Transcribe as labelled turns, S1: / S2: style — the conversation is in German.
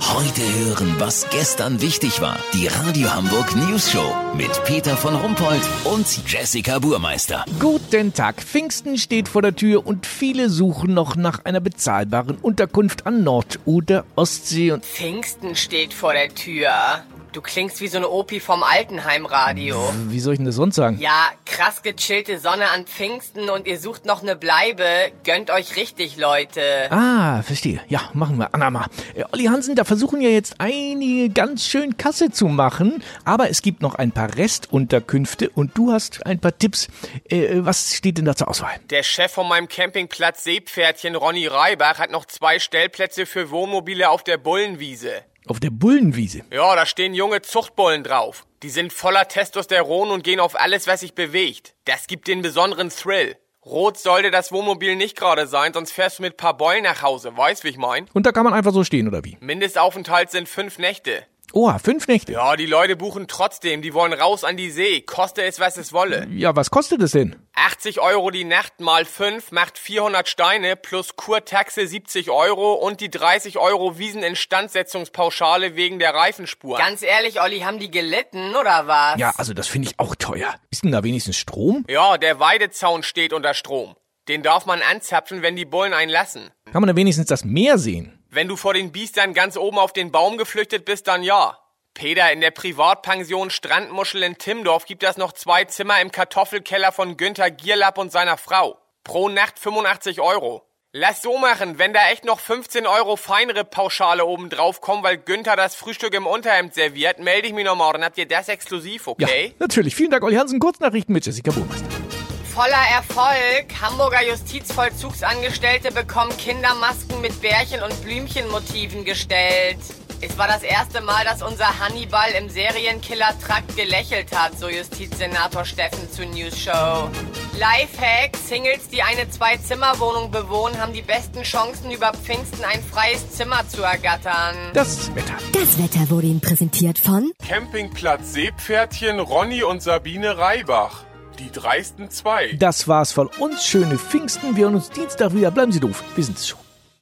S1: Heute hören, was gestern wichtig war. Die Radio Hamburg News Show mit Peter von Rumpold und Jessica Burmeister.
S2: Guten Tag. Pfingsten steht vor der Tür und viele suchen noch nach einer bezahlbaren Unterkunft an Nord- oder Ostsee. Und
S3: Pfingsten steht vor der Tür. Du klingst wie so eine Opi vom Altenheimradio.
S2: wie soll ich denn das sonst sagen?
S3: Ja, krass gechillte Sonne an Pfingsten und ihr sucht noch eine Bleibe. Gönnt euch richtig, Leute.
S2: Ah, verstehe. Ja, machen wir. Anna mal. Äh, Olli Hansen, da versuchen ja jetzt einige ganz schön Kasse zu machen, aber es gibt noch ein paar Restunterkünfte und du hast ein paar Tipps. Äh, was steht denn da zur Auswahl?
S4: Der Chef von meinem Campingplatz Seepferdchen, Ronny Reibach, hat noch zwei Stellplätze für Wohnmobile auf der Bullenwiese.
S2: Auf der Bullenwiese.
S4: Ja, da stehen junge Zuchtbullen drauf. Die sind voller Testosteron und gehen auf alles, was sich bewegt. Das gibt den besonderen Thrill. Rot sollte das Wohnmobil nicht gerade sein, sonst fährst du mit paar Beulen nach Hause. Weißt, wie ich mein?
S2: Und da kann man einfach so stehen, oder wie?
S4: Mindestaufenthalt sind fünf Nächte.
S2: Oha, fünf Nächte.
S4: Ja, die Leute buchen trotzdem. Die wollen raus an die See. Koste es, was es wolle.
S2: Ja, was kostet es denn?
S4: 80 Euro die Nacht mal 5 macht 400 Steine plus Kurtaxe 70 Euro und die 30 Euro Wieseninstandsetzungspauschale wegen der Reifenspur.
S3: Ganz ehrlich, Olli, haben die gelitten, oder was?
S2: Ja, also das finde ich auch teuer. Ist denn da wenigstens Strom?
S4: ja, der Weidezaun steht unter Strom. Den darf man anzapfen, wenn die Bullen einen lassen.
S2: Kann man da wenigstens das Meer sehen?
S4: Wenn du vor den Biestern ganz oben auf den Baum geflüchtet bist, dann ja. Peter, in der Privatpension Strandmuschel in Timdorf gibt es noch zwei Zimmer im Kartoffelkeller von Günther Gierlapp und seiner Frau. Pro Nacht 85 Euro. Lass so machen, wenn da echt noch 15 Euro feinere Pauschale oben drauf kommen, weil Günther das Frühstück im Unterhemd serviert, melde ich mich noch morgen. Habt ihr das exklusiv,
S2: Ja,
S4: okay?
S2: natürlich. Vielen Dank, Olli Hansen. Kurznachrichten mit Jessica Burmeister.
S3: Voller Erfolg. Hamburger Justizvollzugsangestellte bekommen Kindermasken mit Bärchen- und Blümchenmotiven gestellt. Es war das erste Mal, dass unser Hannibal im Serienkiller-Trakt gelächelt hat, so Justizsenator Steffen zur News Show. Lifehack, Singles, die eine Zwei-Zimmer-Wohnung bewohnen, haben die besten Chancen, über Pfingsten ein freies Zimmer zu ergattern.
S2: Das Wetter.
S5: Das Wetter wurde Ihnen präsentiert von
S4: Campingplatz Seepferdchen, Ronny und Sabine Reibach. Die dreisten zwei.
S2: Das war's von uns. Schöne Pfingsten. Wir hören uns Dienstag wieder. Bleiben Sie doof. Wir sind's schon.